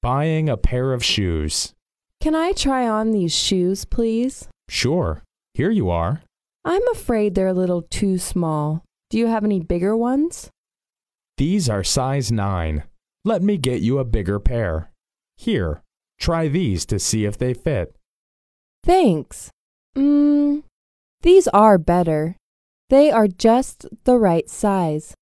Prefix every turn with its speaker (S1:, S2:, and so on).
S1: Buying a pair of shoes.
S2: Can I try on these shoes, please?
S1: Sure. Here you are.
S2: I'm afraid they're a little too small. Do you have any bigger ones?
S1: These are size 9. Let me get you a bigger pair. Here, try these to see if they fit.
S2: Thanks. Mm, Mmm, these are better. They are just the right size.